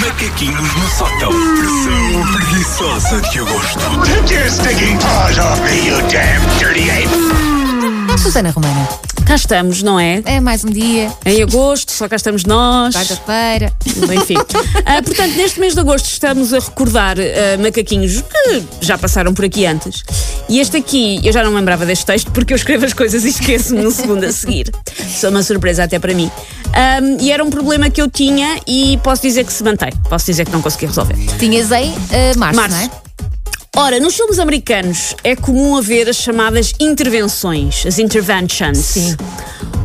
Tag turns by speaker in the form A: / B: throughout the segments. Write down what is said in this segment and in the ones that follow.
A: Macaquinhos no sótão. Pressão preguiçosa de agosto.
B: Take your stinking paws off me, you damn dirty ape!
C: Susana Romana,
D: Cá estamos, não é?
C: é mais um dia,
D: Em agosto, só cá estamos nós.
C: quarta-feira.
D: Enfim. Ah, portanto, neste mês de agosto estamos a recordar ah, macaquinhos que já passaram por aqui antes. E este aqui, eu já não me lembrava deste texto porque eu escrevo as coisas e esqueço-me no segundo a seguir. Só uma surpresa até para mim. Ah, e era um problema que eu tinha e posso dizer que se mantém. Posso dizer que não consegui resolver.
C: Tinhas em eh, março,
D: Março.
C: não é?
D: Ora, nos filmes americanos é comum haver as chamadas intervenções, as interventions.
C: Sim.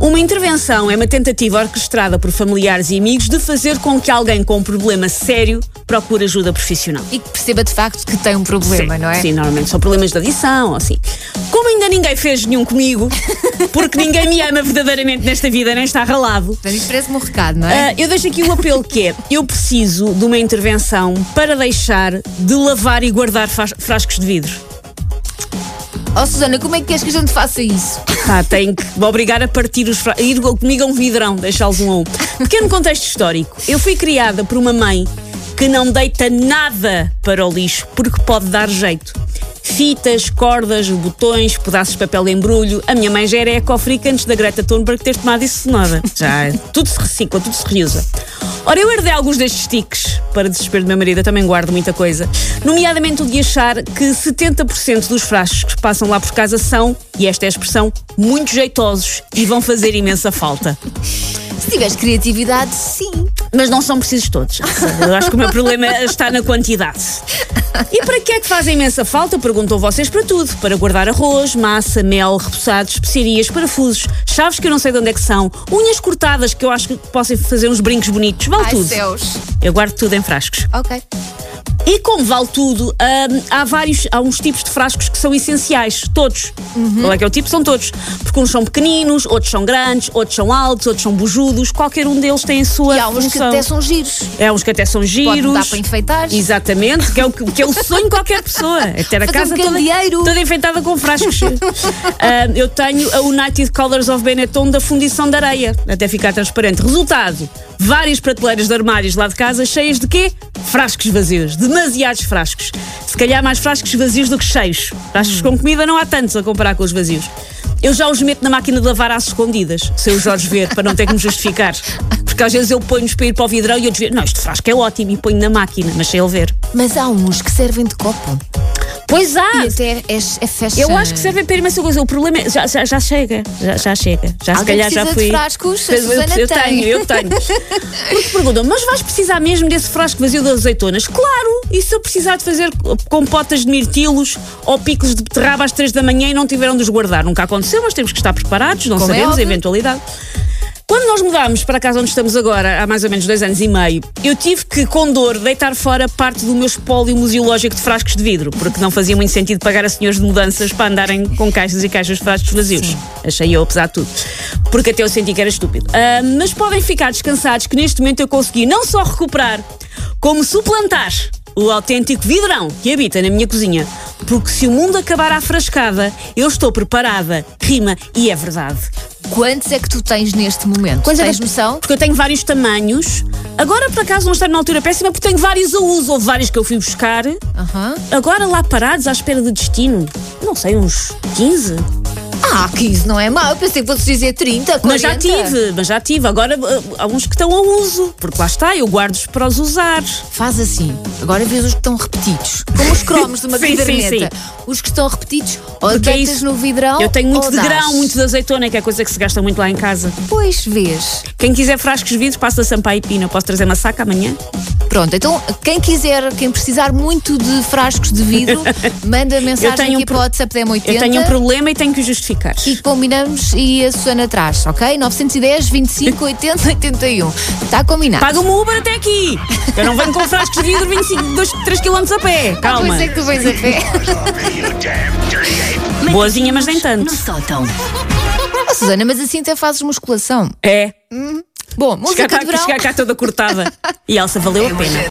D: Uma intervenção é uma tentativa orquestrada por familiares e amigos de fazer com que alguém com um problema sério procure ajuda profissional.
C: E que perceba de facto que tem um problema,
D: sim,
C: não é?
D: Sim, normalmente são problemas de adição ou assim. Como ainda ninguém fez nenhum comigo, porque ninguém me ama verdadeiramente nesta vida, nem está ralado,
C: Portanto, isso parece-me um recado, não é?
D: ah, eu deixo aqui o apelo que é: eu preciso de uma intervenção para deixar de lavar e guardar fas- frascos de vidro.
C: Oh, Susana, como é que queres que a gente faça isso?
D: Pá, tem que me obrigar a partir os fra... a ir comigo a um vidrão, deixá-los um a um. Pequeno contexto histórico. Eu fui criada por uma mãe que não deita nada para o lixo porque pode dar jeito. Fitas, cordas, botões, pedaços de papel de embrulho. A minha mãe já era ecofrica antes da Greta Thunberg ter tomado isso nada. Já, tudo se recicla, tudo se reusa. Ora, eu herdei alguns destes tiques, para desespero do meu marido, eu também guardo muita coisa. Nomeadamente o de achar que 70% dos frascos que passam lá por casa são, e esta é a expressão, muito jeitosos e vão fazer imensa falta.
C: Se tiveres criatividade, sim.
D: Mas não são precisos todos. Eu acho que o meu problema está na quantidade. E para que é que fazem imensa falta? Perguntam vocês para tudo. Para guardar arroz, massa, mel, repousados, especiarias, parafusos, chaves que eu não sei de onde é que são, unhas cortadas que eu acho que possam fazer uns brincos bonitos. Vale
C: Ai,
D: tudo.
C: céus.
D: Eu guardo tudo em frascos.
C: Ok.
D: E como vale tudo, hum, há vários, há uns tipos de frascos que são essenciais, todos.
C: Uhum.
D: Qual é que é o tipo? São todos. Porque uns são pequeninos, outros são grandes, outros são altos, outros são bujudos, qualquer um deles tem a sua
C: E há uns que
D: função.
C: até são giros.
D: É, uns que até são giros.
C: Pode mudar para enfeitar.
D: Exatamente, que é o, que que é o sonho de qualquer pessoa. É ter a
C: Fazer um
D: casa toda,
C: candeeiro.
D: toda enfeitada com frascos. Ah, eu tenho a United Colors of Benetton da fundição de areia, até ficar transparente. Resultado: várias prateleiras de armários lá de casa cheias de quê? Frascos vazios. Demasiados frascos. Se calhar mais frascos vazios do que cheios. Frascos com comida não há tantos a comparar com os vazios. Eu já os meto na máquina de lavar às escondidas, se eu os Jorge ver, para não ter que me justificar. Porque às vezes eu ponho-os para ir para o vidrão e eu desvio, não, este frasco é ótimo e ponho na máquina, mas sem ele ver.
C: Mas há uns que servem de copo.
D: Pois há!
C: E até é, é fashion.
D: Ah. Eu acho que servem para imensa coisa. O problema é. Já, já, já chega. Já, já chega. Já se
C: Alguém
D: calhar
C: precisa
D: já
C: de
D: fui.
C: frascos? A
D: Pois, eu,
C: Susana
D: eu
C: tem.
D: tenho, eu tenho. Porque perguntam, mas vais precisar mesmo desse frasco vazio das azeitonas? Claro! E se eu precisar de fazer compotas de mirtilos ou picos de beterraba às três da manhã e não tiveram de os guardar? Nunca aconteceu, mas temos que estar preparados, não
C: Como é
D: sabemos a
C: óbvio.
D: eventualidade. Quando nós mudámos para a casa onde estamos agora, há mais ou menos dois anos e meio, eu tive que, com dor, deitar fora parte do meu espólio museológico de frascos de vidro, porque não fazia muito sentido pagar a senhores de mudanças para andarem com caixas e caixas de frascos vazios. Achei eu, apesar de tudo. Porque até eu senti que era estúpido. Ah, mas podem ficar descansados que neste momento eu consegui não só recuperar, como suplantar o autêntico vidrão que habita na minha cozinha. Porque se o mundo acabar à frascada, eu estou preparada. Rima e é verdade.
C: Quantos é que tu tens neste momento?
D: Quantos é que
C: tens
D: eu-
C: noção?
D: Porque eu tenho vários tamanhos. Agora, por acaso, não está na altura péssima, porque tenho vários a uso. Houve vários que eu fui buscar.
C: Aham.
D: Agora, lá parados, à espera de destino. Não sei, uns 15?
C: Ah, 15 não é mau. Eu pensei que fosses dizer 30, 40.
D: Mas já tive, mas já tive. Agora, ah, há uns que estão a uso. Porque lá está, eu guardo-os para os usar.
C: Faz assim. Agora vês os que estão repetidos. Como os cromos de uma
D: Sim, sim,
C: caderneta. Os que estão repetidos, ou
D: Porque é
C: deitas
D: isso.
C: no vidrão.
D: Eu tenho muito
C: ou
D: de
C: dás.
D: grão, muito de azeitona, que é coisa que se gasta muito lá em casa.
C: Pois vês.
D: Quem quiser frascos de vidro, passa a Sampaio e Pina. Posso trazer uma saca amanhã?
C: Pronto, então quem quiser, quem precisar muito de frascos de vidro, manda mensagem
D: Eu tenho
C: aqui para o
D: um pro-
C: WhatsApp da M80.
D: Eu tenho um problema e tenho que o justificar.
C: E combinamos e a Susana atrás, ok? 910, 25, 80, 81. Está um. Tá combinado.
D: Paga-me o Uber até aqui! Eu não venho com frascos de vidro 25, 2, 3 km a pé! Calma!
C: Pois é que tu vens a pé.
B: You damn dirty ape!
D: Boazinha, mas nem tanto.
C: Oh, Susana, mas assim até fazes musculação.
D: É,
C: Bom,
D: chegar
C: música
D: cá,
C: de verão.
D: chegar cá toda cortada. E Elsa, valeu a pena.